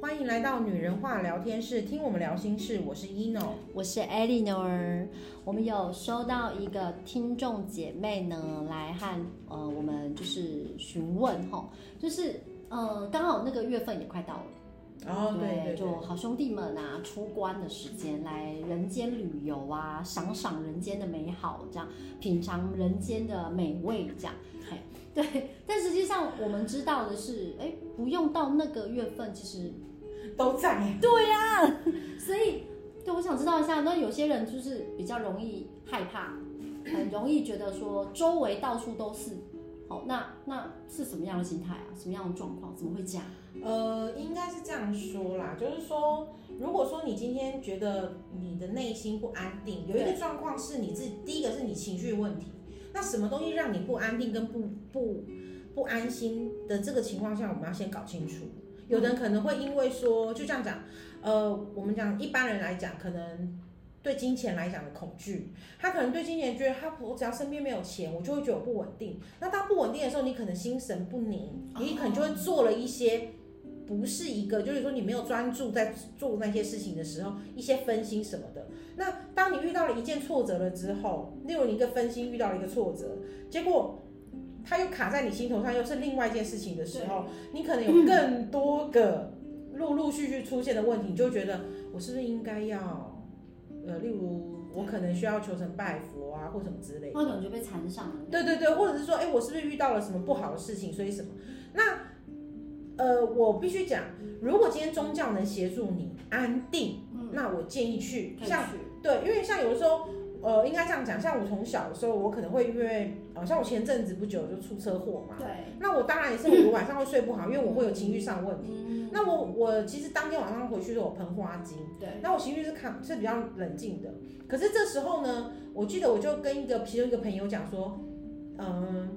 欢迎来到女人话聊天室，听我们聊心事。我是 ino，我是 Eleanor。我们有收到一个听众姐妹呢来和呃我们就是询问吼，就是呃刚好那个月份也快到了，哦，对对对就，好兄弟们啊出关的时间来人间旅游啊，赏赏人间的美好，这样品尝人间的美味这样。嘿对，但实际上我们知道的是，哎，不用到那个月份，其实都在。所以，对，我想知道一下，那有些人就是比较容易害怕， 很容易觉得说周围到处都是，哦，那那是什么样的心态啊？什么样的状况？怎么会这样？呃，应该是这样说啦，就是说，如果说你今天觉得你的内心不安定，有一个对状况是你自己，第一个是你情绪问题。那什么东西让你不安定跟不不不安心的这个情况下，我们要先搞清楚。有的人可能会因为说，就这样讲，呃，我们讲一般人来讲，可能对金钱来讲的恐惧，他可能对金钱觉得他不，我只要身边没有钱，我就会觉得我不稳定。那当不稳定的时候，你可能心神不宁，你可能就会做了一些不是一个，就是说你没有专注在做那些事情的时候，一些分心什么的。那当你遇到了一件挫折了之后，例如你一个分心遇到了一个挫折，结果。它又卡在你心头上，又是另外一件事情的时候，你可能有更多个陆陆续续出现的问题，你就会觉得我是不是应该要，呃，例如我可能需要求神拜佛啊，或什么之类的。那可能就被缠上了。对对对，或者是说，哎，我是不是遇到了什么不好的事情，所以什么？那，呃，我必须讲，如果今天宗教能协助你安定，那我建议去可以像去对，因为像有的时候，呃，应该这样讲，像我从小的时候，我可能会因为，呃，像我前阵子不久就出车祸嘛，对，那我当然也是我晚上会睡不好，因为我会有情绪上的问题。嗯，那我我其实当天晚上回去的时候我喷花精，对，那我情绪是看是比较冷静的。可是这时候呢，我记得我就跟一个其中一个朋友讲说，嗯，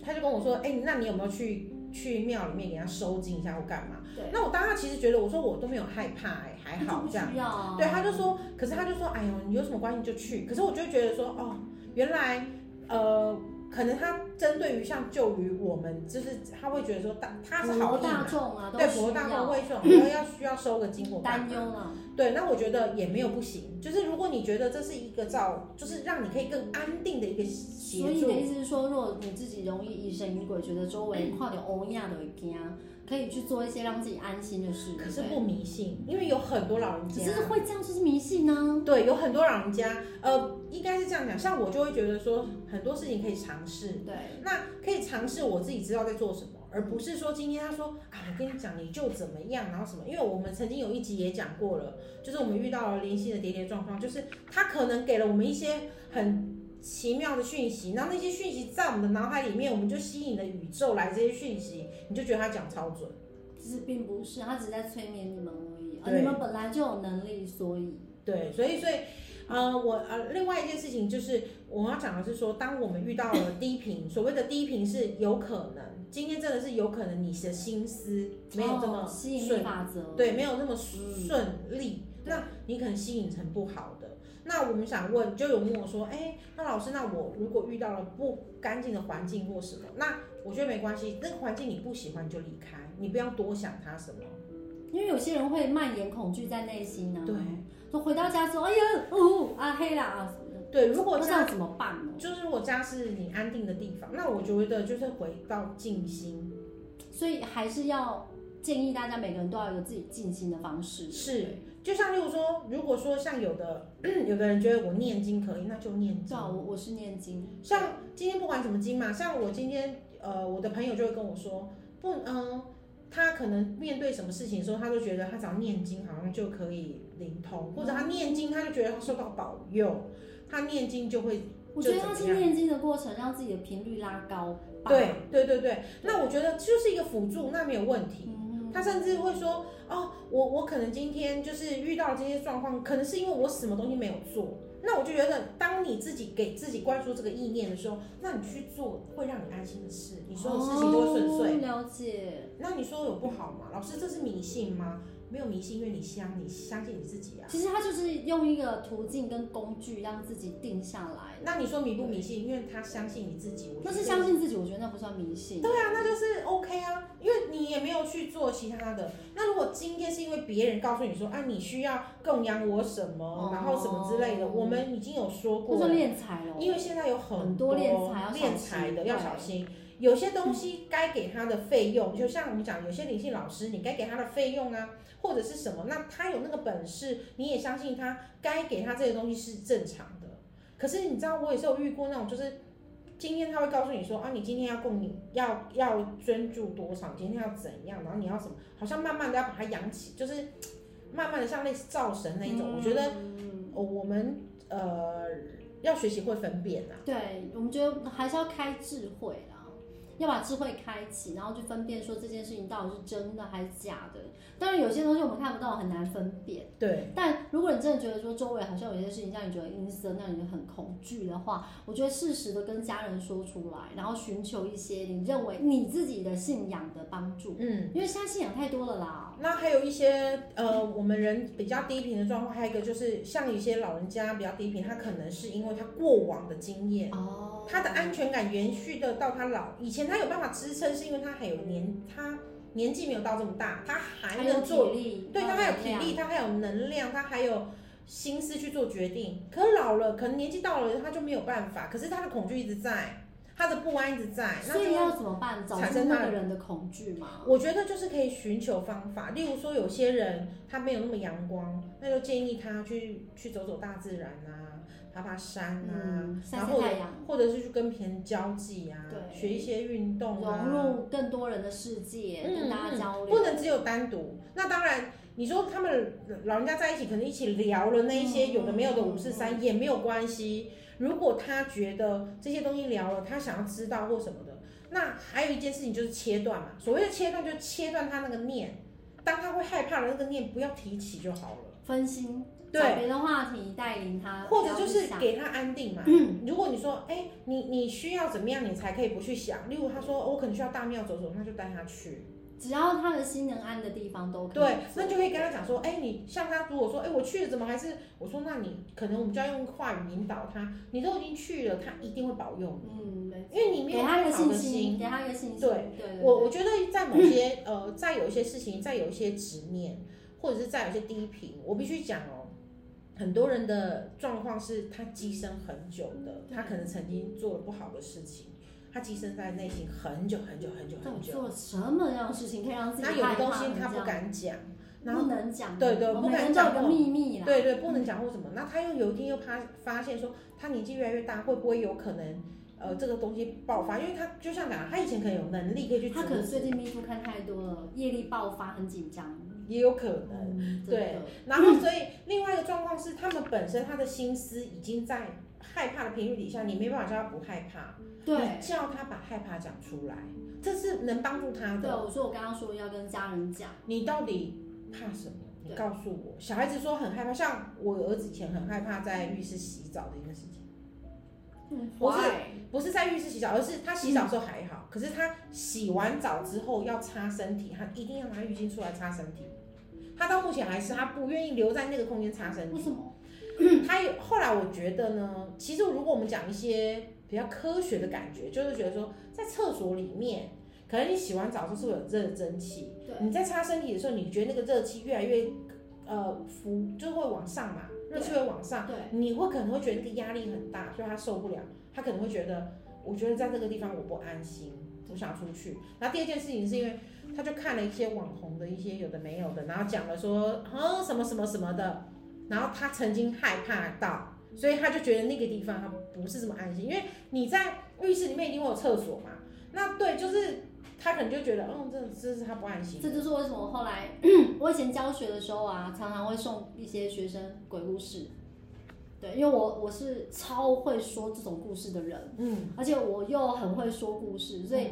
他就跟我说，哎、那你有没有去去庙里面给他收金一下或干嘛？对那我当下其实觉得，我说我都没有害怕、哎，还好不这样。需要啊。对，他就说，可是他就说，哎呦，你有什么关系就去。可是我就觉得说，哦，原来，呃，可能他针对于像就于我们，就是他会觉得说，大他是好普意罗大嘛，众啊，都对，需佛大众要会说， 我要需要收个金果干嘛担忧啊了。对，那我觉得也没有不行，就是如果你觉得这是一个照，就是让你可以更安定的一个所以协你的助，意思是说，如果你自己容易疑神疑鬼，觉得周 围跨流欧亚的惊，可以去做一些让自己安心的事。可是对不迷信，因为有很多老人只家，是会这样就是迷信呢、对，有很多老人家，呃，应该是这样讲，像我就会觉得说很多事情可以尝试，对，那可以尝试我自己知道在做什么。而不是说今天他说啊，我跟你讲你就怎么样，然后什么？因为我们曾经有一集也讲过了，就是我们遇到了灵性的叠叠状况，就是他可能给了我们一些很奇妙的讯息，然后那些讯息在我们的脑海里面，我们就吸引了宇宙来这些讯息，你就觉得他讲超准。其实并不是，他只是在催眠你们而已，而对你们本来就有能力，所以对，所以所以，呃，我呃，另外一件事情就是我要讲的是说，当我们遇到了低频， 所谓的低频是有可能，今天真的是有可能你的心思没有这么哦嗯吸引顺力法则，对，没有那么顺利，那你可能吸引成不好的。那我们想问，就有人问我说，哎、那老师，那我如果遇到了不干净的环境或什么，那我觉得没关系，那个环境你不喜欢就离开，你不要多想它什么。因为有些人会蔓延恐惧在内心呢、对，就回到家说，哎呀，哦啊黑啦啊什么的，对，如果那这家样怎么办呢？就是如果家是你安定的地方，那我觉得就是回到静心，所以还是要建议大家每个人都要有自己静心的方式，是对就像例如说，如果说像有的 有的人觉得我念经可以，那就念对经啊，。我我是念经，像今天不管什么经嘛，像我今天呃，我的朋友就会跟我说，不，嗯、他可能面对什么事情的时候，他都觉得他只要念经好像就可以灵通，或者他念经他就觉得他受到保佑，他念经就会我觉得就怎他么是样念经的过程，让自己的频率拉高吧，对对对对。那我觉得就是一个辅助，那没有问题。嗯，他甚至会说：“哦，我我可能今天就是遇到这些状况，可能是因为我什么东西没有做。”那我就觉得，当你自己给自己灌输这个意念的时候，那你去做会让你安心的事，你所有事情都会顺遂。哦哦了解，那你说有不好吗？老师，这是迷信吗？没有迷信，因为你相你相信你自己啊。其实他就是用一个途径跟工具让自己定下来，那你说迷不迷信？因为他相信你自己，我觉那得是相信自己，我觉得那不算迷信。对啊，那就是 OK 啊，因为你也没有去做其他的。那如果今天是因为别人告诉你说，啊，你需要供养我什么，哦然后什么之类的，我们已经有说那过就了，敛财了。因为现在有很很多敛财要小心敛财的要对小心。有些东西该给他的费用，就像我们讲，有些灵性老师，你该给他的费用啊，或者是什么，那他有那个本事，你也相信他，该给他这些东西是正常的。可是你知道，我也是有遇过那种，就是今天他会告诉你说，啊，你今天要供你要要捐助多少，你今天要怎样，然后你要什么，好像慢慢的要把它养起，就是嘖慢慢的像类似造神那一种。我觉得、呃我们呃要学习会分辨啊。对，我们觉得还是要开智慧啦，要把智慧开启，然后去分辨说这件事情到底是真的还是假的。当然，有些东西我们看不到，很难分辨。对，但如果你真的觉得说周围好像有些事情让你觉得阴森，让你很恐惧的话，我觉得适时的跟家人说出来，然后寻求一些你认为你自己的信仰的帮助，嗯。因为现在信仰太多了啦。那还有一些呃，我们人比较低频的状况，还有一个就是像有一些老人家比较低频，他可能是因为他过往的经验，哦他的安全感延续的到他老，以前他有办法支撑，是因为他还有年，他年纪没有到这么大，他还还有能体做，力，对他还有能体量力，他还有能量，他还有心思去做决定。可老了，可能年纪到了，他就没有办法，可是他的恐惧一直在，他的不安一直在，那所就以要怎么办？找产出生那他个人的恐惧嘛。我觉得就是可以寻求方法，例如说有些人他没有那么阳光，那就建议他去去走走大自然啊，爬爬山啊，嗯，晒然晒后太阳，或者是去跟别人交际啊，对学一些运动融啊，入更多人的世界，嗯跟大家交流。不能只有单独。那当然，你说他们老人家在一起，可能一起聊了那一些嗯有的没有的五四三也没有关系。如果他觉得这些东西聊了，他想要知道或什么的，那还有一件事情就是切断嘛。所谓的切断，就是切断他那个念。当他会害怕的那个念，不要提起就好了。分心，对找别的话题带领他，或者就啊不要去是想嗯给他安定嘛。如果你说，哎、你你需要怎么样，你才可以不去想。例如他说，哦我可能需要大庙走走，那就带他去。只要他的心能安的地方都可以做。对，那就可以跟他讲说，哎、你像他如果说，哎、我去了怎么还是？我说，那你可能我们就要用话语引导他，你都已经去了，他一定会保佑你，嗯，没错因为你没给有他一个好信的心，心。给他一个信心。对对对，我我觉得在某些呃，在有一些事情，在有一些执念，或者是在有一些低频，我必须讲哦，很多人的状况是他寄生很久的，嗯他可能曾经做了不好的事情，他寄生在内心很久很久很久到很底久，做了什么样的事情可以让自己那害有怕的成东西这样？嗯他不敢讲，然后不能讲，对对我不们每敢个人都有讲个秘密啦。对对，不能讲或什么。那他又有一天又发发现说，他年纪越来越大，会不会有可能呃这个东西爆发？因为他就像讲，他以前可能有能力可以去他处可能最理，近密度看太多了，业力爆发，很紧张。也有可能。嗯，真对的，然后所以另外一个状况是，他们本身他的心思已经在害怕的频率底下，你没办法叫他不害怕，对你叫他把害怕讲出来，这是能帮助他对，的。我说我刚刚说要跟家人讲，你到底怕什么？你对告诉我。小孩子说很害怕，像我儿子以前很害怕在浴室洗澡这件事情。嗯，不是 why？不是在浴室洗澡，而是他嗯洗澡的时候还好，可是他洗完澡之后要擦身体，他一定要拿浴巾出来擦身体。他到目前还是他不愿意留在那个空间擦身为体。什么？他有后来我觉得呢，其实如果我们讲一些比较科学的感觉，就是觉得说在厕所里面，可能你洗完澡之后是会有热蒸汽，对，你在擦身体的时候，你觉得那个热气越来越呃浮，就会往上嘛，热气会往上。对。你会可能会觉得那个压力很大，所以他受不了，他可能会觉得，我觉得在这个地方我不安心，我想出去。然后第二件事情是因为他就看了一些网红的一些有的没有的，然后讲了说啊什么什么什么的，然后他曾经害怕到，所以他就觉得那个地方他不是这么安心，因为你在浴室里面一定会有厕所嘛，那对，就是他可能就觉得，嗯，这这是他不安心。这就是为什么后来 我以前教学的时候啊，常常会送一些学生鬼故事。对，因为我我是超会说这种故事的人，嗯，而且我又很会说故事，所以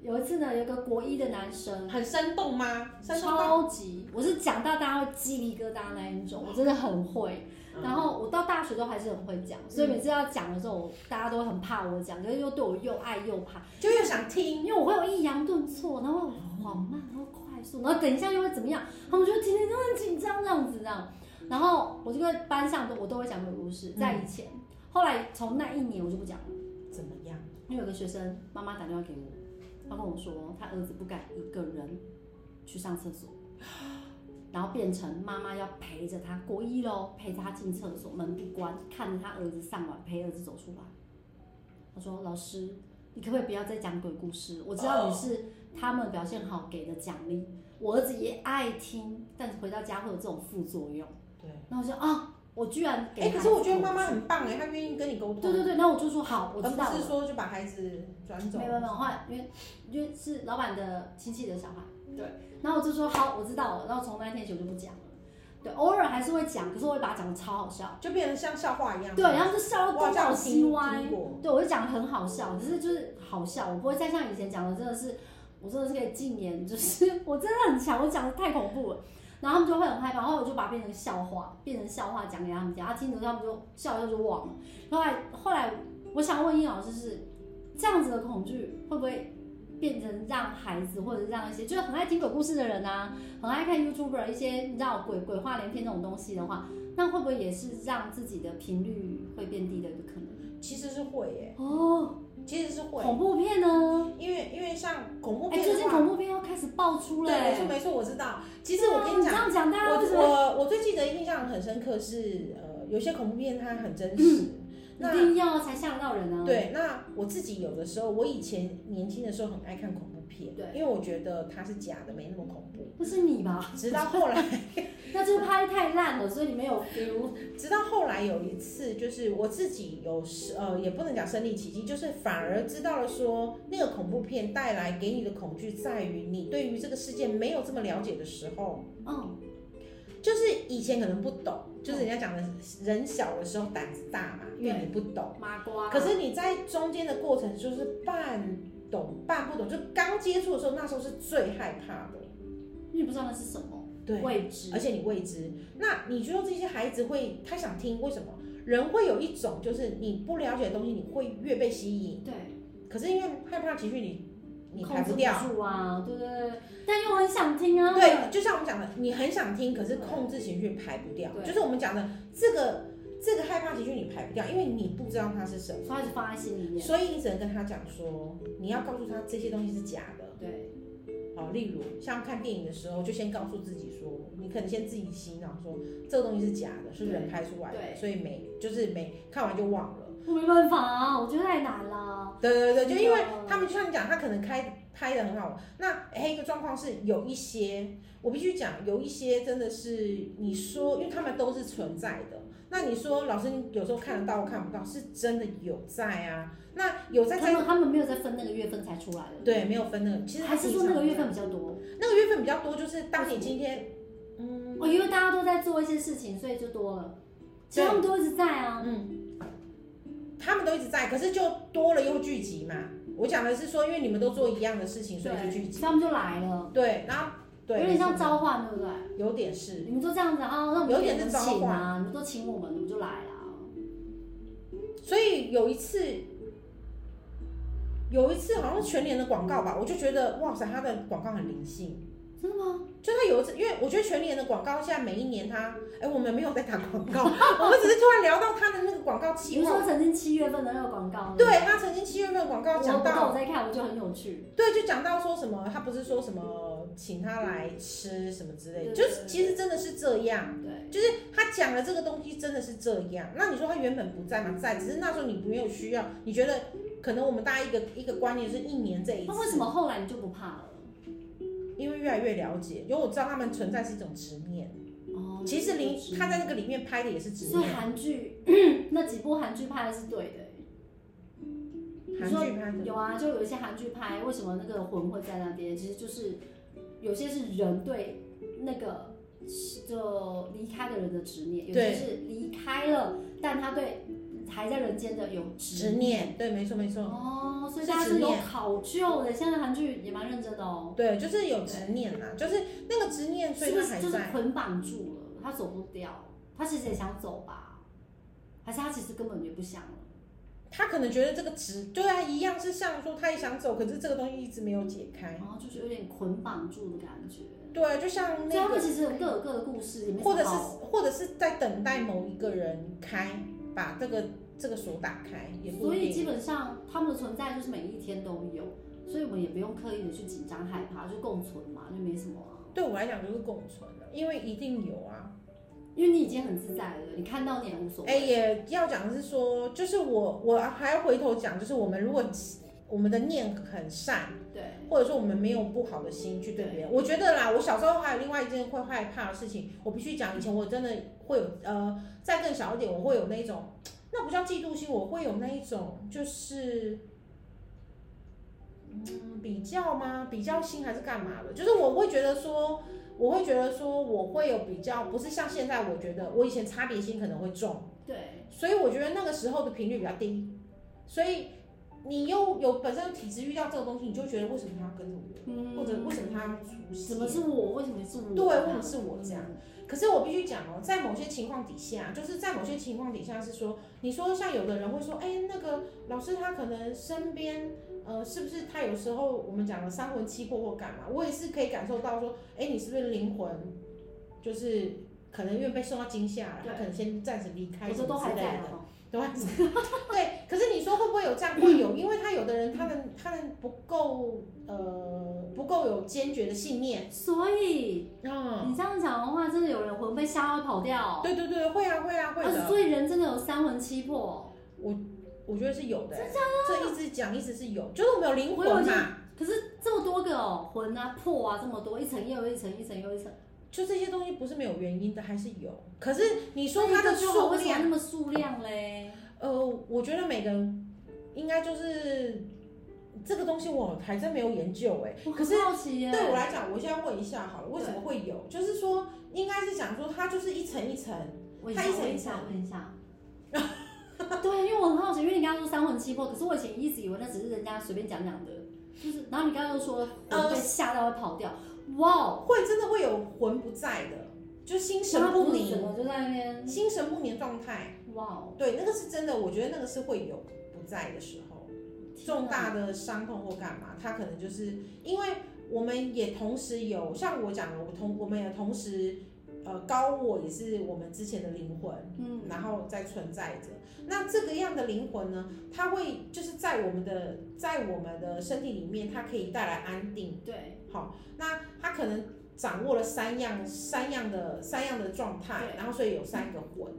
有一次呢，有一个国一的男生，很生动吗？生动到，超级，我是讲到大家会鸡皮疙瘩那一种，我真的很会。然后我到大学都还是很会讲，所以每次要讲的时候，我大家都很怕我讲，就是又对我又爱又怕。就又想听。因为我会有抑扬顿挫，然后我很缓慢，然后快速，然后等一下又会怎么样，他们就天天都很紧张这样子这样。然后我就跟班上都我都会讲鬼故事，在以前，后来从那一年我就不讲了，怎么样？因为有个学生妈妈打电话给我，她跟我说她儿子不敢一个人去上厕所，然后变成妈妈要陪着他国一喽，陪着他进厕所，门不关，看着他儿子上完，陪儿子走出来。她说老师，你可不可以不要再讲鬼故事？我知道你是他们表现好给的奖励，我儿子也爱听，但是回到家会有这种副作用。对，然后我就啊，我居然给哎、他可是我觉得做妈妈很棒哎、她愿意跟你沟通，对对对，然后我就说好，我而知道不了是。说就把孩子转走没。有没有，后来因为因为是老板的亲戚的小孩，对，然后我就说好，我知道了，然后从那天起我就不讲了，对，偶尔还是会讲，可是我会把它讲的超好笑，就变成像笑话一样。对，然后就笑到我好东倒像西听歪听，过，对我就讲的很好笑，只是就是好笑，我不会再像以前讲的真的是，我真的是可以禁言，就是 我真的很强，我讲的太恐怖了。然后他们就会很害怕，然后我就把它变成笑话，变成笑话讲给他们听，他听的时候他们就笑一笑就忘了。后来后来，我想问叶老师是这样子的恐惧会不会变成让孩子或者是让一些就是很爱听鬼故事的人啊，很爱看 YouTuber 一些你知道鬼鬼话连篇这种东西的话，那会不会也是让自己的频率会变低的一个可能？其实是会耶、哦，其实是会，恐怖片呢？因为因为像恐怖哎、片最的近话，恐怖片要开始爆出了、对，没错欸。没错，我知道。其实我跟你对讲，啊这样讲，大家为什么我我我最记得印象很深刻是，呃，有些恐怖片它很真实。嗯一那定要才吓得到人啊？，对，那我自己有的时候，我以前年轻的时候很爱看恐怖片，对因为我觉得它是假的，没那么恐怖。不是你吧？直到后来，那就是拍太烂了，所以你没有 feel。直到后来有一次，就是我自己有呃，也不能讲身临其境，就是反而知道了说，那个恐怖片带来给你的恐惧在于你对于这个世界没有这么了解的时候，嗯，就是以前可能不懂，就是人家讲的人小的时候胆子大嘛，因为你不懂。麻瓜。可是你在中间的过程就是半懂半不懂，就刚接触的时候，那时候是最害怕的。你不知道那是什么对，未知而，且你未知。那你觉得这些孩子会他想听为什么？人会有一种就是你不了解的东西，你会越被吸引。对，可是因为害怕情绪，你你控排制不不掉。住啊，对对对，但又很想听啊。对，就像我们讲的，你很想听，可是控制情绪排不掉。对就是我们讲的这个这个害怕情绪你排不掉，因为你不知道它是什么，所以他就放在心里面。所以你只能跟他讲说，你要告诉他这些东西是假的。对，哦，例如像看电影的时候，就先告诉自己说，你可能先自己洗脑说这个东西是假的，是人拍出来对的，所以没就是没看完就忘了。我没办法啊，我觉得太难了。对对对，就因为真的他们就像你讲，他可能开拍的很好。那还有一个状况是，有一些我必须讲，有一些真的是你说，因为他们都是存在的。那你说老师，你有时候看得到看不到，是真的有在啊。那有在他在们他们没有在分那个月份才出来的。对没有分那个，其实它还是说那个月一样份比较多？的，那个月份比较多，就是当你今天嗯哦，因为大家都在做一些事情，所以就多了。其对实他们都一直在啊。他们都一直在，可是就多了又聚集嘛。我讲的是说，因为你们都做一样的事情，所以就聚对，集。他们就来了，对，然后对，有点像没错召唤，对不对？有点是，你们都这样子啊，那我们有点给你是们召请啊，你们都请我们，你们就来啦。啊所以有一次，有一次好像全年的广告吧，我就觉得哇塞，他的广告很灵性。真的吗？就他有一次，因为我觉得全年的广告现在每一年他，哎，我们没有在打广 告，我们只是突然聊到他的那个广告比期如说望。曾经七月份的那个广告，对他曾经七月份的广告我讲不到我，在看，我就很有趣。对，就讲到说什么，他不是说什么请他来吃什么之类的，对就是其实真的是这样，对，就是他讲的这个东西真的是这样。那你说他原本不在嘛，在，只是那时候你没有需要，你觉得可能我们大家一个一个观念是一年这一次，那为什？么后来你就不怕了？因为越来越了解，因为我知道他们存在是一种执念，哦，其实林你他在那个里面拍的也是执所以念，韩剧 那几部韩剧拍的是对的欸。韩你说剧拍的有啊，就有一些韩剧拍，为什么那个魂会在那边？其实就是有些是人对那个就离开的人的执念，有些对是离开了，但他对还在人间的有执。念，对，没错没错，哦，所以是大家执是有念考究的，现在韩剧也蛮认真的哦，对，就是有执念啦，就是那个执念，所是以不他是还就是在。捆绑住了，他走不掉，他其实也想走吧，还是他其实根本也不想了？他可能觉得这个值对啊，一样是像说他也想走，可是这个东西一直没有解开。然后就是有点捆绑住的感觉。对，啊就像所以他那们个，其实有各有各的故事，也没什么或者是好或者是在等待某一个人开，把这个这个锁打开，也不所一定。以基本上他们的存在就是每一天都有，所以我们也不用刻意的去紧张害怕，就共存嘛，就没什么啊。对我来讲就是共存了，因为一定有啊。因为你已经很自在了，你看到你也无所哎、谓。也要讲的是说，就是我我还要回头讲，就是我们如果我们的念很善，对，或者说我们没有不好的心去对别人，我觉得啦，我小时候还有另外一件会害怕的事情，我必须讲，以前我真的会有呃，再更小一点，我会有那种，那不叫嫉妒心，我会有那一种就是。嗯，比较吗？比较心还是干嘛的？就是我会觉得说，我会觉得说，我会有比较，不是像现在，我觉得我以前差别心可能会重，对，所以我觉得那个时候的频率比较低，所以你又有本身体质遇到这个东西，你就觉得为什么他要跟着我，嗯或者为什么他要出现？怎么是我？为什么是我？对，这为什样么是我这样？可是我必须讲哦，在某些情况底下，就是在某些情况底下是说，你说像有的人会说，哎、那个老师他可能身边，呃，是不是他有时候我们讲的三魂七魄或干嘛，我也是可以感受到说，哎、你是不是灵魂，就是可能因为被受到惊吓了，他对可能先暂时离开我什说都么之还类在的了。哈。对吧？ 对，可是你说会不会有这样？会有，因为他有的人他的他的不够呃不够有坚决的信念，所以嗯，你这样讲的话，真的有人魂被吓到跑掉。对对对，会啊会啊会啊的，所以人真的有三魂七魄，我觉得是有的、欸，这一直讲一直是有，就是我们有灵我以为魂是嘛，可是这么多个哦，魂啊、魄啊，这么多，一层又一层，一层又一层。就这些东西不是没有原因的，还是有。可是你说那它一个的就好数为什么量，那么数量嘞？呃，我觉得每个人应该就是这个东西，我还真没有研究哎、我可很是好奇耶。对我来讲，我现在问一下好了，为什么会有？就是说，应该是讲说它就是一层一层。我他一层一层问 一下。对，因为我很好奇，因为你刚刚说三魂七魄，可是我以前一直以为那只是人家随便讲讲的，就是，然后你刚刚又说呃我被吓到会跑掉，哇哦，会真的会有魂不在的，就心神不怎宁，么就在那边，心神不宁状态。哇哦，对，那个是真的，我觉得那个是会有不在的时候，重天啊大的伤痛或干嘛，他可能就是因为我们也同时有，像我讲的，我同我们也同时。呃，高我也是我们之前的灵魂，嗯，然后再存在着。那这个样的灵魂呢，它会就是在我们的在我们的身体里面，它可以带来安定，嗯对好，那他可能掌握了三样三样的三样的状态，对然后所以有三个魂。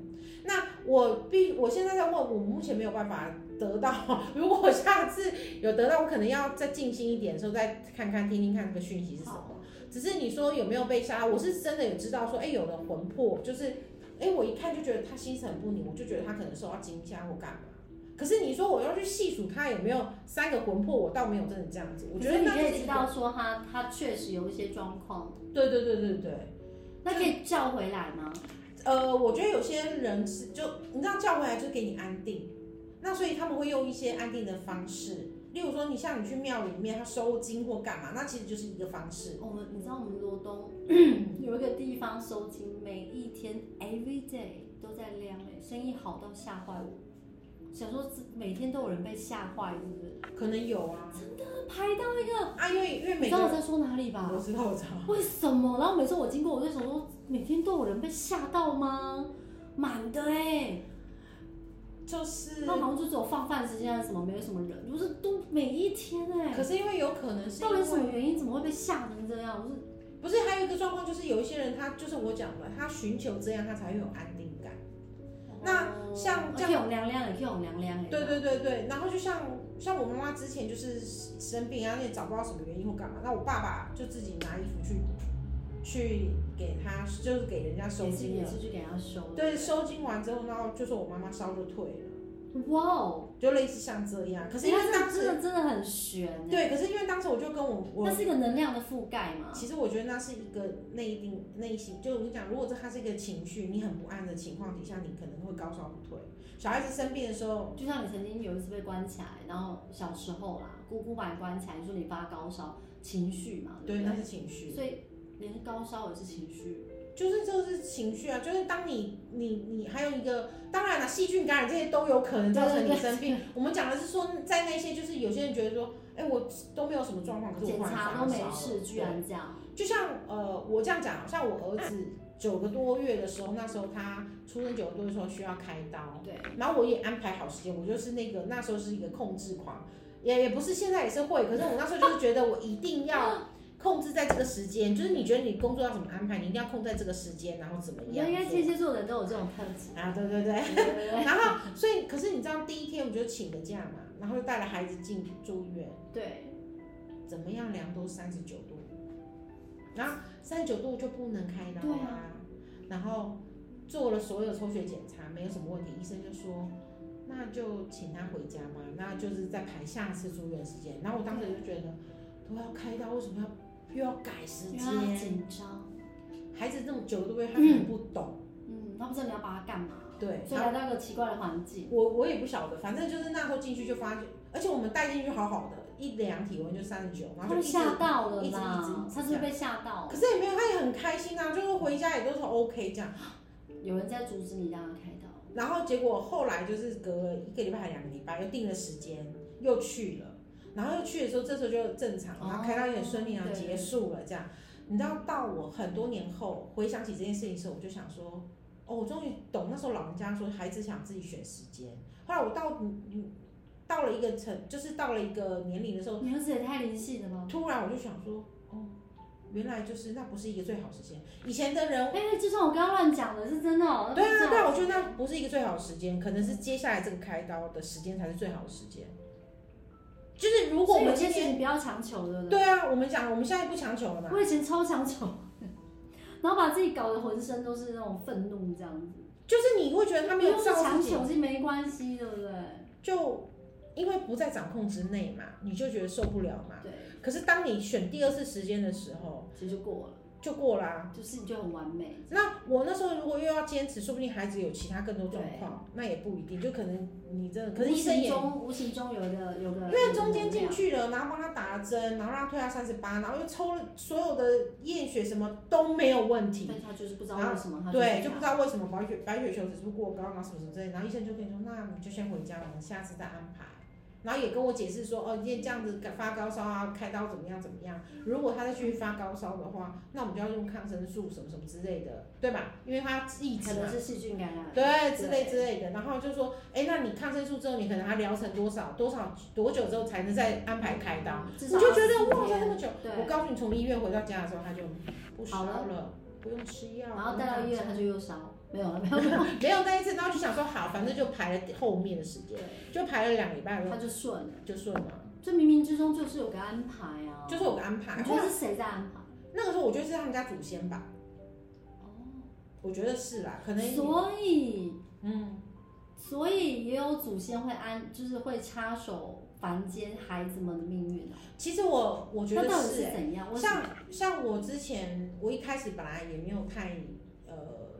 那我必我现在在问，我目前没有办法得到。 如果我下次有得到，我可能要再静心一点的时候再看看听听看这个讯息是什么。只是你说有没有被杀，我是真的有知道说，哎、有的魂魄就是，哎、我一看就觉得他心神不宁，我就觉得他可能受到惊吓或干嘛。可是你说我要去细数他有没有三个魂魄，我倒没有真的这样子。我觉可得是你那可就以是知一个道说他他确实有一些状况，对对对对对。那可以叫回来吗？呃，我觉得有些人是就你知道叫回来就给你安定，那所以他们会用一些安定的方式，例如说你像你去庙里面他收金或干嘛，那其实就是一个方式。我们你知道我们罗东嗯有一个地方收金，每一天 every day 都在亮哎、生意好到吓坏我。想说这每天都有人被吓坏，是不是？可能有啊，拍到那个，啊，因为因为你每知道个嗯我在说哪里吧我？知道我知道，为什么？然后每次我经过，我就想说，每天都有人被吓到吗？满的哎、就是那，好像就只有放饭时间还是什么，没有什么人，就是都每一天哎、可是因为有可能是到底什因为么原因？怎么会被吓成这样？我是不是还有一个状况就是有一些人他就是我讲的，他寻求这样他才会有安定感。那像这样可以有凉凉，也可以有凉凉哎。对对对对，然后就像像我妈妈之前就是生病啊，那也找不到什么原因或干嘛，那我爸爸就自己拿衣服去去给他，就是给人家收也是金也了。是去给他收。对，收金完之后，然后就是我妈妈烧就退了，哇哦！就类似像这样。可是因哎为它当真时，的真的很悬哎，对，可是因为当时我就跟我我那是一个能量的覆盖嘛。其实我觉得那是一个内定内心，就我跟你讲，如果这它是一个情绪，你很不安的情况底下，你可能会高烧不退。小孩子生病的时候，就像你曾经有一次被关起来，然后小时候啦，姑姑把你关起来，你说你发高烧，情绪嘛，对，不那是情绪。对？所以连高烧也是情绪，就是就是情绪啊，就是当你你你还有一个，当然了，细菌感染这些都有可能造成你生病。我们讲的是说，在那些就是有些人觉得说，哎、我都没有什么状况，可是我检忽然查发都没烧了事，居然这样，就像呃，我这样讲，像我儿子九个多月的时候，那时候他出生九个多月的时候需要开刀，对，然后我也安排好时间，我就是那个那时候是一个控制狂，也也不是现在也是会，可是我那时候就是觉得我一定要控制在这个时间，就是你觉得你工作要怎么安排，你一定要控制在这个时间，然后怎么因样为做天蝎座的人都有这种特 质，啊，对对对，对对对然后所以可是你知道第一天我就请个假嘛，然后就带了孩子进住院。对，怎么样量都三十九度，然后三十九度就不能开刀对啊。然后做了所有抽血检查，没有什么问题，医生就说那就请他回家吧，那就是再排下次住院时间。然后我当时就觉得都要开刀，为什么要又要改时因为他间？紧张，孩子那么久都会，他可能不懂，嗯，他不知道你要把他干嘛，对，嗯所以来到一个奇怪的环境，我我也不晓得，反正就是那时候进去就发觉，而且我们带进去好好的，一量体温就三十九，然他后就都一直吓到了一直一直啦一，直他是不是被吓到了可，是也没有，他也很开心啊，就是回家也都是 OK 这样。有人在阻止你让他开刀，然后结果后来就是隔了一个礼拜还两个礼拜，又定了时间，又去了。然后又去的时候，这时候就正常，哦然后开到有点顺利，然后对结束了这样。你知道，到我很多年后回想起这件事情的时候，我就想说，哦，我终于懂那时候老人家说孩子想自己选时间。后来我到嗯到了一个层，就是到了一个年龄的时候，你儿子也太灵性了吧？突然我就想说，哦，原来就是那不是一个最好时间。以前的人哎，就算我刚刚乱讲的，是真的哦，对那啊，对不知啊，道我觉得那不是一个最好的时间，可能是接下来这个开刀的时间才是最好的时间。就是如果所我以有们些今事天，情不要强求，对不对？对啊，我们讲我们现在不强求了嘛，我以前超强求，然后把自己搞得浑身都是那种愤怒这样子，就是你会觉得他不没用有是照强自己，求是没关系，对不对？就因为不在掌控之内嘛，你就觉得受不了嘛。对，可是当你选第二次时间的时候，其实就过了，就过啦、就事情就很完美。那我那时候如果又要坚持，说不定孩子有其他更多状况，那也不一定，就可能你真的，嗯可是无医生形也中无形中有一个有个，因为中间进去了，然后帮他打了针，然后让他推到三十八，然后又抽了所有的验血，什么都没有问题。啊但他就是不知道为什哦么他对，就就不是知道为什么白血白血球指数过高，然后什么什么之类的，然后医生就跟你说，那你就先回家，我们下次再安排。然后也跟我解释说，哦，今天这样子发高烧啊，开刀怎么样怎么样。如果他再去发高烧的话，那我们就要用抗生素什么什么之类的，对吧？因为他一直可能是细菌感染，对，之类对之类的。然后就说，哎，那你抗生素之后，你可能还疗程多少多少多久之后才能再安排开刀？嗯，至你少就觉得24哇，才那天么久。我对，告诉你，从医院回到家的时候，他就不烧好了了，不用吃药，然后不用带到医院打他针就又烧，没有了没有了，没有那一次，然后就想说好，反正就排了后面的时间，对，就排了两个礼拜，他就顺了，就顺了，这冥冥之中就是有个安排啊，就是有个安排你。觉得是谁在安排？那个时候我觉得是他们家祖先吧，哦，我觉得是啦，可能所以嗯，所以也有祖先会安，就是会插手凡间孩子们的命运哦。其实我我觉那得到底是欸是怎样？为什像么？像我之前，我一开始本来也没有太呃，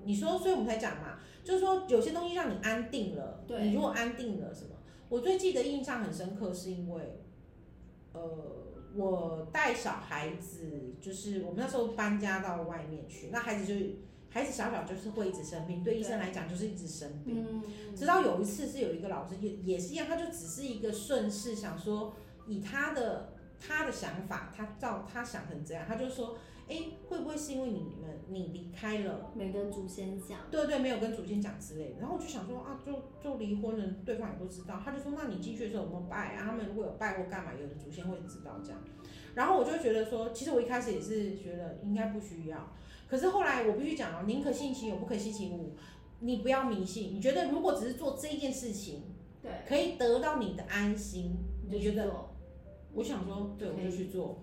你说，所以我们才讲嘛，就是说有些东西让你安定了，对你如果安定了什么，我最记得印象很深刻，是因为呃，我带小孩子，就是我们那时候搬家到外面去，那孩子就孩子小小就是会一直生病，对医生来讲就是一直生病。嗯，直到有一次是有一个老师也也是一样，他就只是一个顺势想说，以他的他的想法，他照他想成这样，他就说，哎、会不会是因为你们你离开了？每个人祖先讲，对对，没有跟祖先讲之类的，然后我就想说啊，就就离婚了，对方也都知道。他就说，那你进去的时候有没有拜啊？他们如果有拜或干嘛，有的祖先会知道这样。然后我就觉得说，其实我一开始也是觉得应该不需要，可是后来我必须讲啊，宁可信其有，不可信其无。你不要迷信，你觉得如果只是做这一件事情，对，可以得到你的安心，你觉去得？做我想说，对，我可以就去做，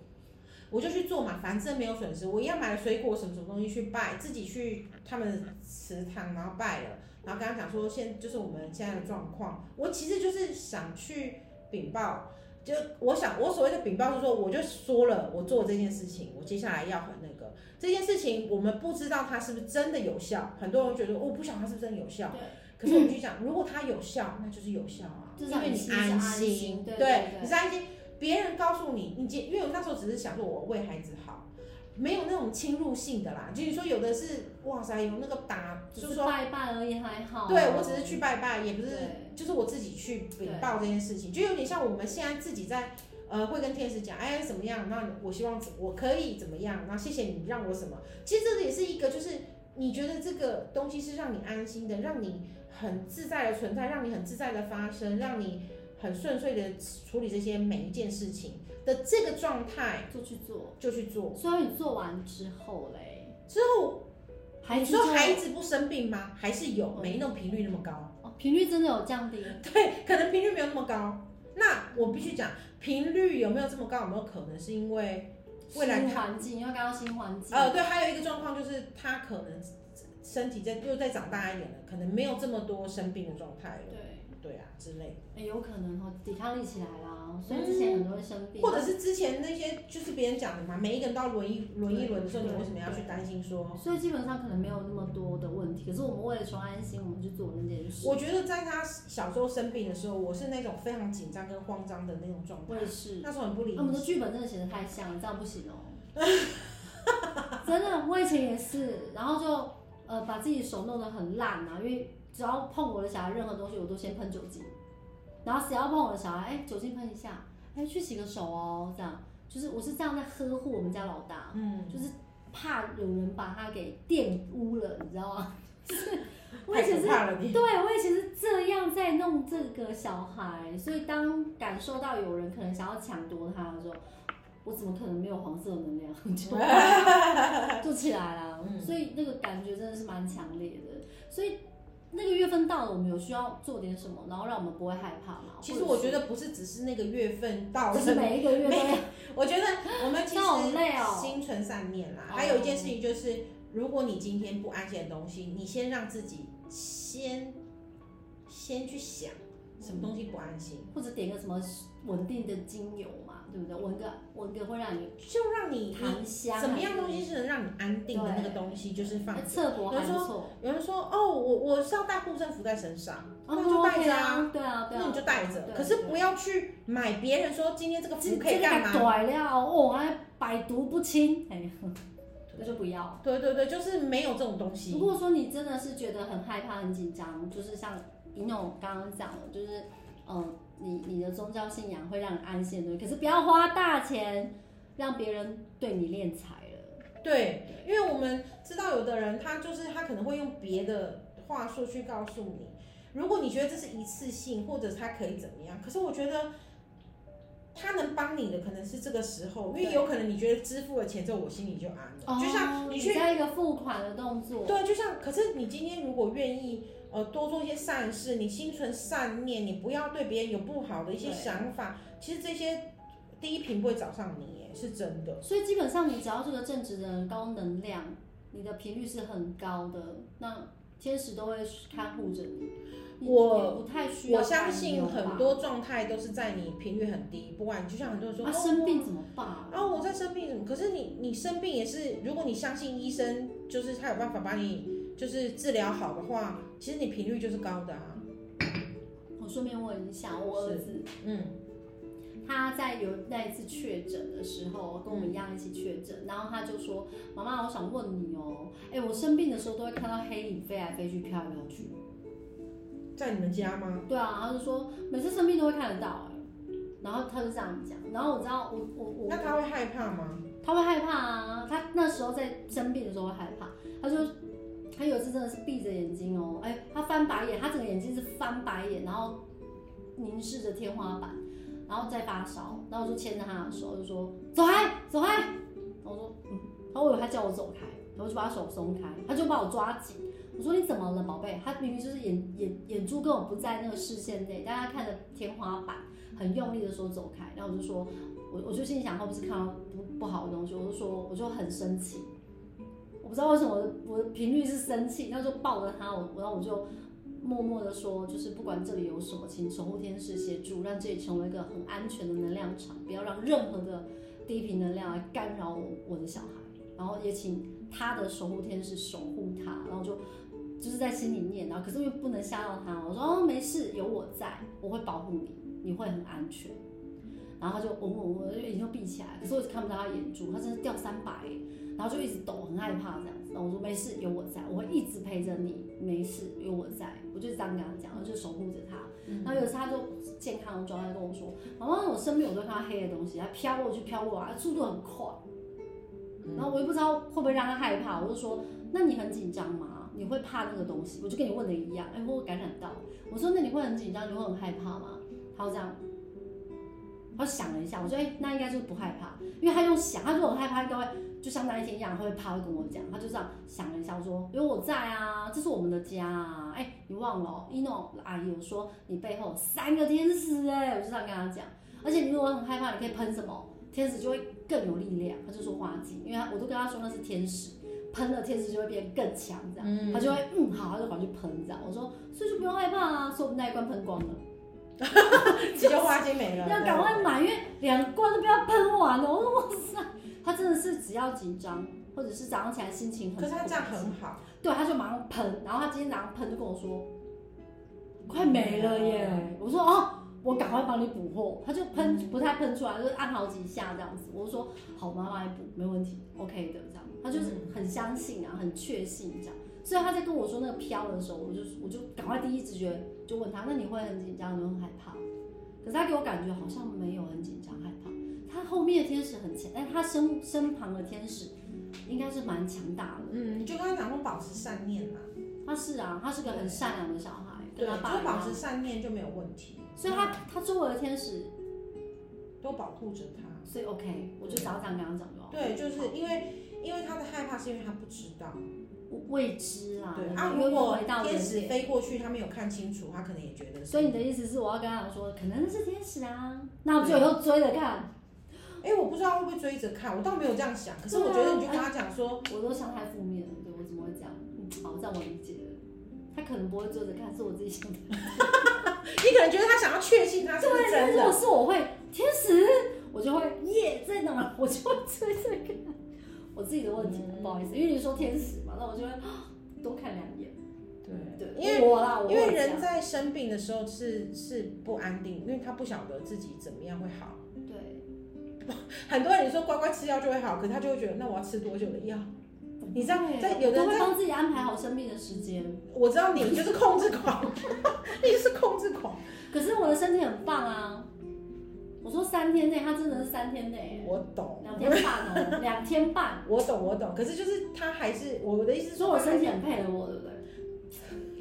我就去做嘛，反正没有损失。我一样买了水果什么什么东西去拜，自己去他们祠堂，然后拜了，然后跟他讲说，现就是我们现在的状况，我其实就是想去禀报。就我想，我所谓的禀报就是说，我就说了，我做这件事情，我接下来要很那个这件事情，我们不知道它是不是真的有效。很多人觉得，哦我不晓得它是不是真的有效，对，可是我们去讲，如果它有效，那就是有效啊，嗯至因少为你你心是安心，心对对对你是安心。别人告诉你，你接，因为我那时候只是想说我为孩子好，没有那种侵入性的啦。就是说有的是哇塞，有那个打，就只是是说拜拜而已，还好。啊对我只是去拜拜，也不是哦对就是我自己去禀对报这件事情，就有点像我们现在自己在呃会跟天使讲，哎怎么样？那我希望我可以怎么样？那谢谢你让我什么？其实这也是一个，就是你觉得这个东西是让你安心的，让你很自在的存在，让你很自在的发生，让你很顺遂的处理这些每一件事情的这个状态做去做。就去做。所以你做完之后嘞，之后孩你子说就孩子不生病吗？还是有，嗯没那种频率那么高。哦频率真的有降低，对，可能频率没有那么高。那我必须讲，频率有没有这么高？有没有可能是因为未来新他环境要改到新环境，呃，对，还有一个状况就是他可能身体在又再长大一点了，可能没有这么多生病的状态了，对，对啊之类哎有可能哦，抵抗力起来啦，所以之前很多人生的，病，嗯或者是之前那些就是别人讲的嘛，每一个人都要轮一轮一轮的时候，你对为什么要去对担心说？所以基本上可能没有那么多的问题，可是我们为了求安心，我们去做那件事。我觉得在他小时候生病的时候，我是那种非常紧张跟慌张的那种状我态也，是，那时候很不理他们的剧本真的写的太像，这样不行哦。真的，我以前也是，然后就呃把自己手弄得很烂啊，因为只要碰我的小孩任何东西，我都先喷酒精，然后只要碰我的小孩，哎，酒精喷一下，哎，去洗个手哦，这样，就是我是这样在呵护我们家老大，嗯，就是怕有人把他给玷污了，你知道吗？ 就是我以前太是可怕了你，对，我以前是这样在弄这个小孩，所以当感受到有人可能想要抢夺他的时候，我怎么可能没有黄色能量就 就起来啦？嗯所以那个感觉真的是蛮强烈的。所以那个月份到了，我们有需要做点什么，然后让我们不会害怕嘛？其实我觉得，得不是只是那个月份到了只，是每一个月都要我觉得我们其那好累哦实心存善念啦。哦还有一件事情就是，如果你今天不安心的东西，你先让自己先先去想什么东西不安心， 或者点个什么稳定的精油嘛，对不对？闻个闻个会让你就让你你檀香啊，嗯怎么样东西是能让你安定的那个东西，就是放哎着。侧脖还有不人说错，有人说哦，我我是要带护身符在身上，那嗯就带着 OK 啊，对啊，对啊，那你就带着对，可是不要去买别人说今天这个这符可这以干个嘛？短了哦，还百毒不侵，哎， 那就不要。对对对，就是没有这种东西如。果说你真的是觉得很害怕、很紧张，就是像尹勇刚刚讲的，就是嗯、呃你你的宗教信仰会让你安心的东西，可是不要花大钱让别人对你敛财了。对，因为我们知道有的人他就是他可能会用别的话术去告诉你，如果你觉得这是一次性，或者他可以怎么样，可是我觉得。他能帮你的可能是这个时候，因为对有可能你觉得支付了钱之后，我心里就安了。就像哦你去加一个付款的动作，对，就像可是你今天如果愿意呃多做一些善事，你心存善念，你不要对别人有不好的一些对想法，其实这些第一品不会找上你耶，是真的。所以基本上你只要这个正直的人高能量，你的频率是很高的，那天使都会看护着你。你我也不太需要我担忧吧，相信很多状态都是在你频率很低，不管就像很多人说，啊哦生病怎么办？哦啊、我在生病什么？可是你你生病也是，如果你相信医生，就是他有办法把你就是治疗好的话，其实你频率就是高的啊。我顺便问一下，我儿子嗯，他在有那一次确诊的时候，跟我们一样一起确诊，然后他就说：“妈妈，我想问你哦，哎，我生病的时候都会看到黑影飞来飞去、飘来飘去。在你们家吗？”对啊，他就说每次生病都会看得到、哎，然后他就这样讲，然后我知道我我我那他会害怕吗？他会害怕啊，他那时候在生病的时候会害怕，他就他有一次真的是闭着眼睛哦，哎、他翻白眼，他整个眼睛是翻白眼，然后凝视着天花板，然后再发烧，然后我就牵着他的手就说走开走开，然后我说嗯，然后我以为他叫我走开，然后我就把他手松开，他就把我抓紧。我说你怎么了，宝贝？他明明就是眼眼眼珠根本不在那个视线内，但他看着天花板，很用力的说走开。然后我就说，我我就心里想，会不会是看到不不好的东西？我就说，我就很生气，我不知道为什么我的我的频率是生气，然后就抱着他，我然后我就默默的说，就是不管这里有什么，请守护天使协助，让这里成为一个很安全的能量场，不要让任何的低频能量来干扰我我的小孩。然后也请他的守护天使守护他，然后就就是在心里念，然后可是又不能吓到他。我说哦，没事，有我在，我会保护你，你会很安全。然后他就嗡嗡嗡，眼睛就闭起来，可是我一直看不到他眼珠，他真的掉三百耶。然后就一直抖，很害怕这样子。然后我说没事，有我在，我会一直陪着你，没事，有我在。我就这样跟他讲，然后就守护着他。然后有一次他就健康的状态跟我说，妈妈，我身边我都看到黑的东西，它飘过去飘过来，速度很快。然后我也不知道会不会让他害怕，我就说，那你很紧张吗？你会怕那个东西？我就跟你问的一样，哎，会不会感染到？我说那你会很紧张，你会很害怕吗？他就这样，他想了一下，我说哎、那应该就是不害怕，因为他用想，他如果很害怕，应该会就像那一天一样，他会怕，会跟我讲，他就这样想了一下，我说有我在啊，这是我们的家啊，哎、你忘了、哦、，ino 阿姨有说你背后有三个天使哎、我就这样跟他讲，而且你如果很害怕，你可以喷什么，天使就会更有力量，他就说花精，因为他我都跟他说那是天使。喷了天使就会变更强，这样、他 就会嗯好，他就跑去喷这样。我说所以就不用害怕啊，说我们那一罐喷光了。急救花精没了， 要赶快买，因为两罐都被他喷完了。我说哇塞，他真的是只要紧张，或者是早上起来心情对。可很，是他这样很 好，对，他就马上喷，然后他今天早上喷就跟我说，快没了耶！我说哦，我赶快帮你补货，他就喷不太喷出来，就是按好几下这样子。我就说好，妈妈来补，没问题，OK 的这样。他就是很相信啊，很确信这样。所以他在跟我说那个飘的时候，我就我就赶快第一直觉就问他，那你会很紧张，你会很害怕吗？可是他给我感觉好像没有很紧张害怕，他后面的天使很强，但他身身旁的天使应该是蛮强大的。嗯，你就跟他讲说保持善念嘛，他是啊，他是个很善良的小孩，对，跟他爸就一保样，持善念就没有问题，所以他他周围的天使，都保护着他。所以 OK，我就只要这样跟他讲就好。对，就是因为因为他的害怕是因为他不知道，未知啊，对我啊，们如又果回到天原使点。飞过去，他没有看清楚，他可能也觉得是。所以你的意思是我要跟他讲说，可能是天使啊，那我们就以后追着看。哎、我不知道会不会追着看，我倒没有这样想。可是我觉得你就跟他讲说，我都想太负面了，对我怎么会这样？嗯，好，这样我理解了。他可能不会追着看，是我自己想的。你可能觉得他想要确信他是不是但真啊如的，果是我会天使，我就会耶在哪，我就会追这个。我自己的问题，不好意嗯思，因为你说天使嘛，那我就会啊多看两眼。对，因为。我啦，我因为会这人样在生病的时候是是不安定，因为他不晓得自己怎么样会好。对，很多人说乖乖吃药就会好，可他就会觉得那我要吃多久的药？你知道对在有的人我都会在帮自己安排好生病的时间。我知道你就是控制狂， 你就是控制狂。可是我的身体很棒啊，我说三天内，他真的是三天内，我懂，两天半 哦，两天半。我懂，我懂。可是就是他还是我的意思是说说，我身体很配合我，对不对？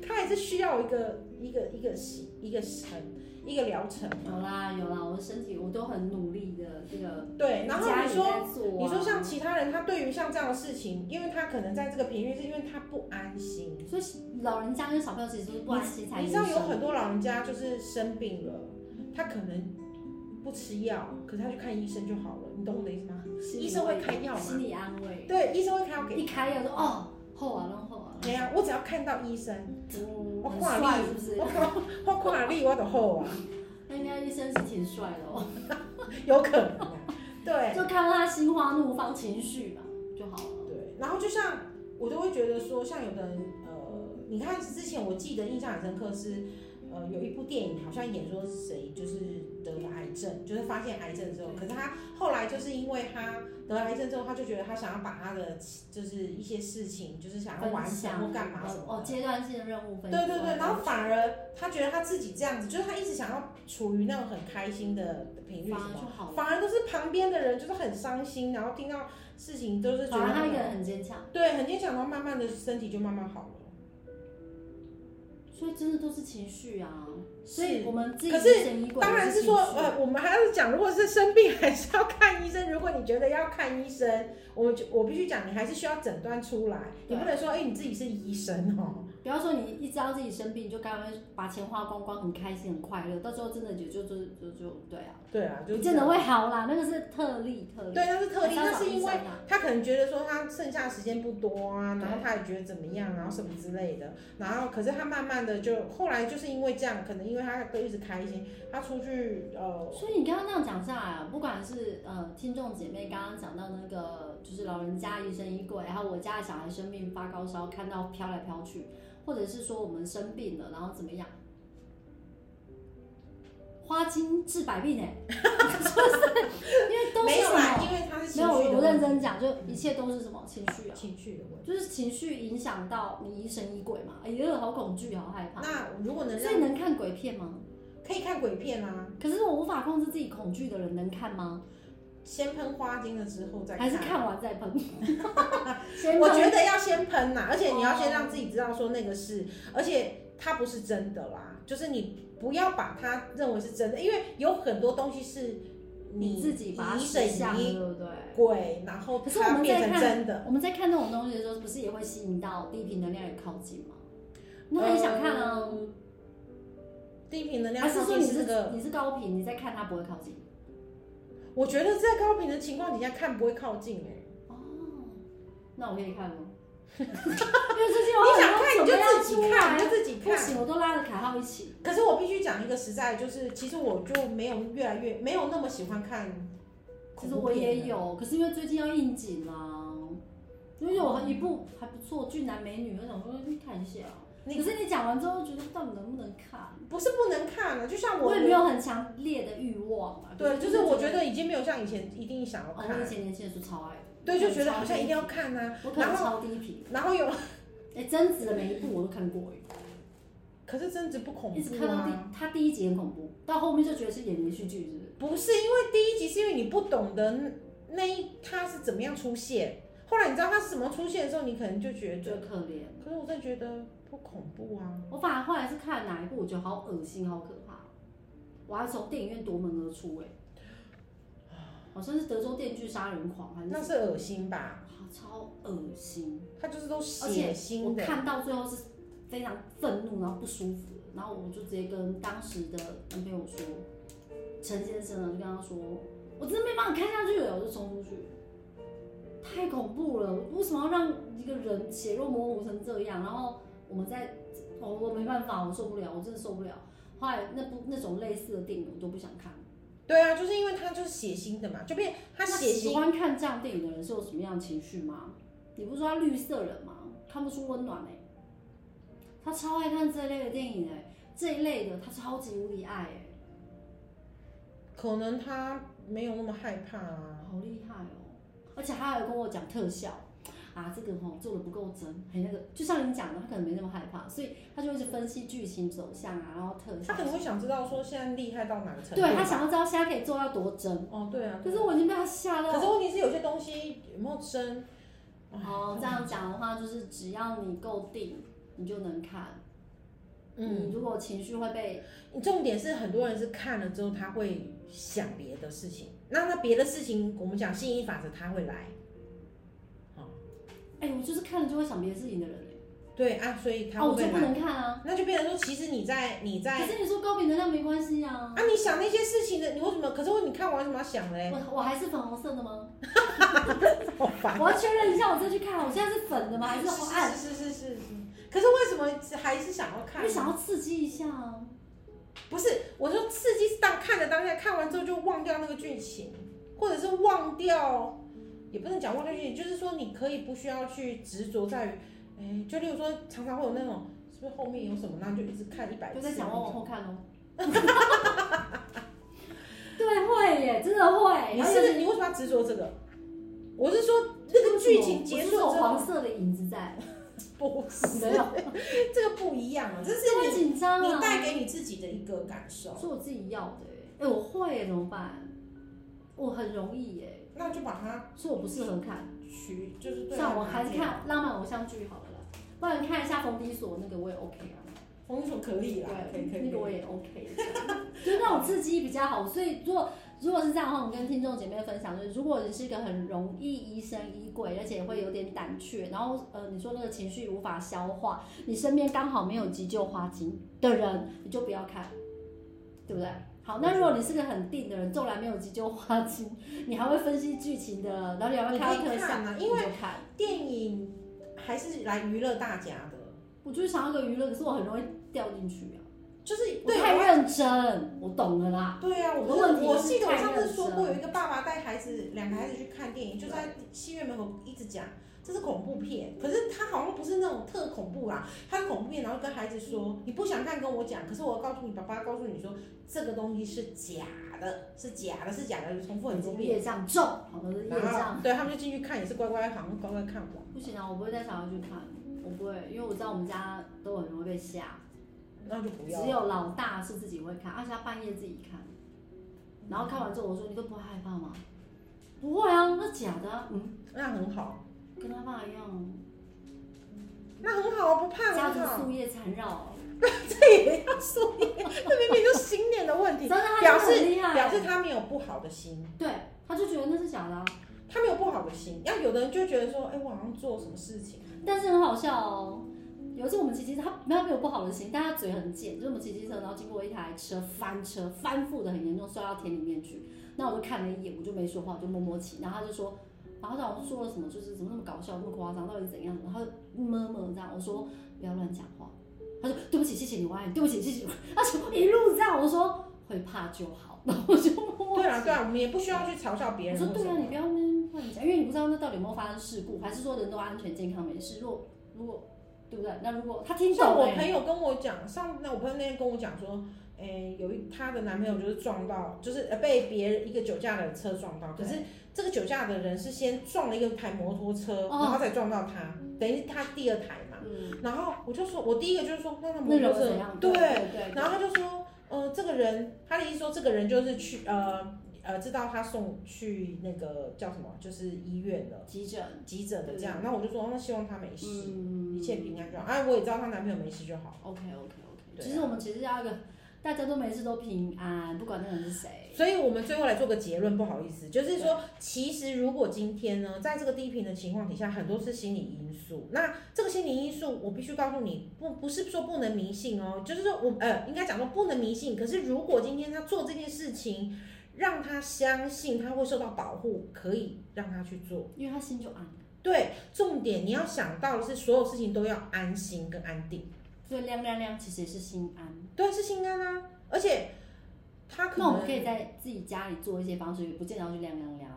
他还是需要一个一个一个一个程一个疗程嘛。有啦有啦，我的身体我都很努力的这个对，然后家你里说在做啊。你说像其他人，他对于像这样的事情，因为他可能在这个频率，是因为他不安心。所以老人家跟小朋友其实都是不安心才你延知道有伸。很多老人家就是生病了，他可能不吃药，可是他去看医生就好了，你懂我的意思吗？心理医生会开药心嘛？理安慰，对，医生会开药给一开药说哦，后啊，弄后啊，没有，我只要看到医生，嗯，我很看帅你是不是？我看我看你我就好啊，那应该医生是挺帅的哦，有可能啊。对就看到他心花怒放、情绪嘛就好了。对，然后就像我都会觉得说，像有的人呃，你看之前我记得印象很深刻是，呃，有一部电影好像演说谁就是得了癌症，就是发现癌症之后，可是他后来就是因为他得了癌症之后，他就觉得他想要把他的就是一些事情就是想要完分成享或干嘛什哦么哦，的。阶段性的任务分享。啊对对对，然后反而他觉得他自己这样子，就是他一直想要处于那种很开心的频率什反而么就好了，反而都是旁边的人就是很伤心，然后听到事情都是觉反得而他一个人很坚强，对很坚强，然后慢慢的身体就慢慢好了。所以真的都是情绪啊。所以是我们自己可是疑神疑鬼当然也是是说，情绪呃，我们还要讲，如果是生病还是要看医生。如果你觉得要看医生，我就我必须讲，你还是需要诊断出来，你对不能说，哎、你自己是医生哦。不要说你一知道自己生病就该把钱花光光，很开心很快乐，到时候真的也就就就就对啊， 对啊，就是不见得会好啦，那个是特例特例。对，那是特例，还要那找是医因为生啊他可能觉得说他剩下时间不多啊，然后对他也觉得怎么样，然后什么之类的，然后可是他慢慢的就后来就是因为这样，可能因为他都一直开心，他出去呃，所以你刚刚那样讲下来啊，不管是呃听众姐妹刚刚讲到那个，就是老人家疑神疑鬼，还有我家的小孩生病发高烧，看到飘来飘去，或者是说我们生病了，然后怎么样，花精治百病 哎、就是 因为都是没有什啦，么？因为他是情没有，绪的我认问题，真讲，就一切都是什么情绪啊，情绪的问题。就是情绪影响到你疑神疑鬼嘛，哎呦，好恐惧，好害怕。那如果能所以让能看鬼片吗？可以看鬼片啊，可是我无法控制自己恐惧的人能看吗？先喷花精了之后再还看。是看完 再喷？先我喷觉得要先喷呐，而且你要先哦让自己知道说那个是，而且它不是真的啦，就是你不要把它认为是真的，因为有很多东西是你自己把它疑实神像，疑对不对？鬼，然后可是我们它在变成看真的。我们在看这种东西的时候，不是也会吸引到低频能量也靠近吗？那很想看啊，嗯低频呃能量还是说靠你近是是个，你是高频，你在看它不会靠近？我觉得在高频的情况底下看不会靠近哎、哦，那我可以 看吗？因为最近我你想很看多你准备啊要就自出己看，你来就，自己不看。行，我都拉着凯浩一起。可是我必须讲一个实在，就是其实我就没有越来越没有那么喜欢看其恐实怖我片了。也有，可是因为最近要应景啦，因为有一部还不错《俊男美女》，我想说去看一下。你可是你讲完之后，觉得到底能不能看？不是不能看啊了，就像我我也没有很强烈的欲望啊。对，就是我觉得，得已经没有像以前一定想要哦，我以看，前年轻的时候超爱的，对，就觉得超好像一定低要频，看啊。我可能然后超低频。然后有，哎，贞子的每一部我都看过耶，可是贞子不恐一直怖看到第啊。他第一集很恐怖，到后面就觉得是演连续剧，是不是？不是因为第一集是因为你不懂得那那一它是怎么样出现，后来你知道它是怎么出现的时候，你可能就觉觉得，得可怜。可是我真的觉得不恐怖啊。我反而后来是看哪一部，我觉得好恶心，好可怕，我还从电影院夺门而出哎、好像是德州电锯杀人狂哦还是什那么，是恶心吧？好超恶心，它就是都而且血我腥的，看到最后是非常愤怒，然后不舒服，然后我就直接跟当时的男朋友说，陈先生呢就跟他说，我真的没办法看下去了，我就冲出去。太恐怖了！为什么要让一个人血肉模糊成这样？然后我们在，我我没办法，我受不了，我真的受不了。后来那部那种类似的电影我都不想看。对啊，就是因为它就是血腥的嘛，就变它那血喜腥，欢看这样电影的人是有什么样的情绪吗？你不是说他绿色人吗？看不出温暖哎、他超爱看这一类的电影哎、这一类的他超级无敌爱哎、可能它没有那么害怕啊。好厉害哦！而且他还有跟我讲特效啊，这个吼、做的不够真，很那个，就像你讲的，他可能没那么害怕，所以他就一直分析剧情走向啊，然后特效他可。能会想知道说现在厉害到哪个程度。啊对他想要知道现在可以做到多真，哦，对啊。可是我已经被他吓到可是问题是有些东西有没有真？哎哦，这样讲的话，就是只要你够定，你就能看。嗯，你如果情绪会被，重点是很多人是看了之后他会想别的事情，那那别的事情我们讲吸引力法则他会来，哎、我就是看了就会想别的事情的人、对啊，所以欸，他啊，会我不就会不来，能看啊。那就变成说其实你在你可在是你说高频能量没关系啊，啊你想那些事情的，你为什么？可是问你看完为什么要想嘞？ 我我还是粉红色的吗？好烦。我要确认一下，我再去看，我现在是粉的吗？还是红暗？是是是是是。可是为什么还是想要因看啊为？想要刺激一下啊。不是，我说刺激是当看的当下，看完之后就忘掉那个剧情，或者是忘掉，也不能讲忘掉剧情，就是说你可以不需要去执着在于，哎，就例如说常常会有那种是不是后面有什么，然后就一直看一百次那就在种。想我往后看哦。对，会耶，真的会。你然是后不哎就是是你为什么要执着这个？我是说那个剧情结束之我是有后，黄色的影子在，不 是没有， 这个不一样啊，这是就会紧张你啊你。带给你自己的一个感受，是我自己要的耶，哎，我会耶，怎么办？我很容易耶。那就把它所以我不适合看，取，就是对它像我还拿是掉看浪漫偶像剧好了啦，不然看一下《冯迪所》那个我也 OK 啊，封锁可以啦，啊可以可以。那个我也 OK，就 那种刺激比较好。所以如果如果是这样的话，我们跟听众姐妹分享，就是如果你是一个很容易疑神疑鬼，而且会有点胆怯，然后呃你说那个情绪无法消化，你身边刚好没有急救花精的人，你就不要看，对嗯不对？好，那如果你是个很定的人，纵然没有急救花精，你还会分析剧情的，然后你还会你看可到特以效，看啊，你因为就看。电影还是来娱乐大家的，我就是想要一个娱乐，可是我很容易掉进去啊。就是我对太我认真，我懂了啦。对啊，我我的问题我是记得我太上次认说真过，有一个爸爸带孩子两个孩子去看电影，就在戏院门口一直讲这是恐怖片，可是他好像不是那种种特恐怖啦，看恐怖片，然后跟孩子嗯说你不想看跟我讲，可是我要告诉你，爸爸告诉你说这个东西是假的，是假的，是假的，重复很多遍。业障重，好的业然障后对他们就进去看，也是乖乖好像乖乖看完。不行啊，我不会带小孩去看，我不会，因为我知道我们家都很容易被吓，那就不只要了。有老大是自己会看，啊而且他半夜自己看，然后看完之后我说你都不会害怕吗？不会啊，那假的啊、嗯，那很好，跟他爸一样，那很好，不怕家很 族好。树叶缠绕，这也要说 你，这明明就心念的问真题，的他表真的示很厉害，表示他没有不好的心，对，他就觉得那是假的、啊，他没有不好的心。要有的人就觉得说，哎、我好像做什么事情，但是很好笑哦。有一次我们骑机车，他没有没有不好的心，但他嘴很贱，就是我们骑机车，然后经过一台车翻车，翻覆的很严重，摔到田里面去。那我就看了一眼，我就没说话，我就默默骑。然后他就说，然后让我说了什么，就是怎么那么搞笑，那么夸张，到底怎样？然后么么这样，我说不要乱讲话。他说对不起，谢谢你，我爱你，对不起，谢谢你。他就一路这样，我说会怕就好，然后我就默默对啊，骑对啊，我们也不需要去嘲笑别人我说或什对啊，你么。不要那边乱讲，因为你不知道那到底有没有发生事故，还是说人都安全健康没事。如果如果对不对？那如果他听像懂我哎、朋友跟我讲，上那我朋友那天跟我讲说，哎、有一她的男朋友就是撞到，就是呃被别人一个酒驾的车撞到，可对是这个酒驾的人是先撞了一个台摩托车，哦然后才撞到他，等于是他第二台嘛。嗯，然后我就说，我第一个就是说，那他那摩人托会车怎样？对对对然后他就说，呃，这个人，他的意思说，这个人就是去呃呃，知道他送去那个叫什么，就是医院的急诊，急诊的对这样。那我就说，哦那希望他没事，嗯一切平安就好。哎，我也知道她男朋友没事就好。 ，OK OK OK。对啊其实我们其实要一个大家都没事都平安，不管那个人是谁。所以我们最后来做个结论，不好意思，就是说，其实如果今天呢，在这个低频的情况底下，很多是心理因素。那这个心理因素，我必须告诉你，不不是说不能迷信哦，就是说我呃，应该讲说不能迷信。可是如果今天他做这件事情，让他相信他会受到保护，可以让他去做。因为他心就安，对，重点你要想到的是，所有事情都要安心跟安定，所以亮亮亮其实也是心安。对，是心安啊。而且他可能那我们可以在自己家里做一些方式，不见得要去亮亮亮。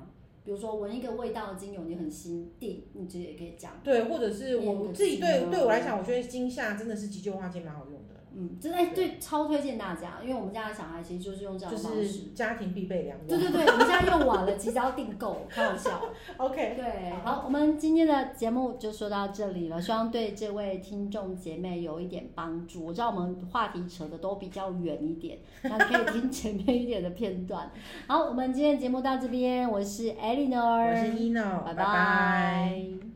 比如说闻一个味道的精油，你很心定，你其实也可以讲。对，或者是练我个自己肌对肉对我来讲，我觉得惊吓真的是急救化解蛮好用的，嗯，真的哎对，超推荐大家，因为我们家的小孩其实就是用这样就的方式。是家庭必备良对药。对对，我们家用完了，急着要订购，开玩笑。 OK，对，好，我们今天的节目就说到这里了，希望对这位听众姐妹有一点帮助。我知道我们话题扯的都比较远一点，那可以听前面一点的片段。好，我们今天的节目到这边，我是 Eleanor，我是 Eno，拜拜拜拜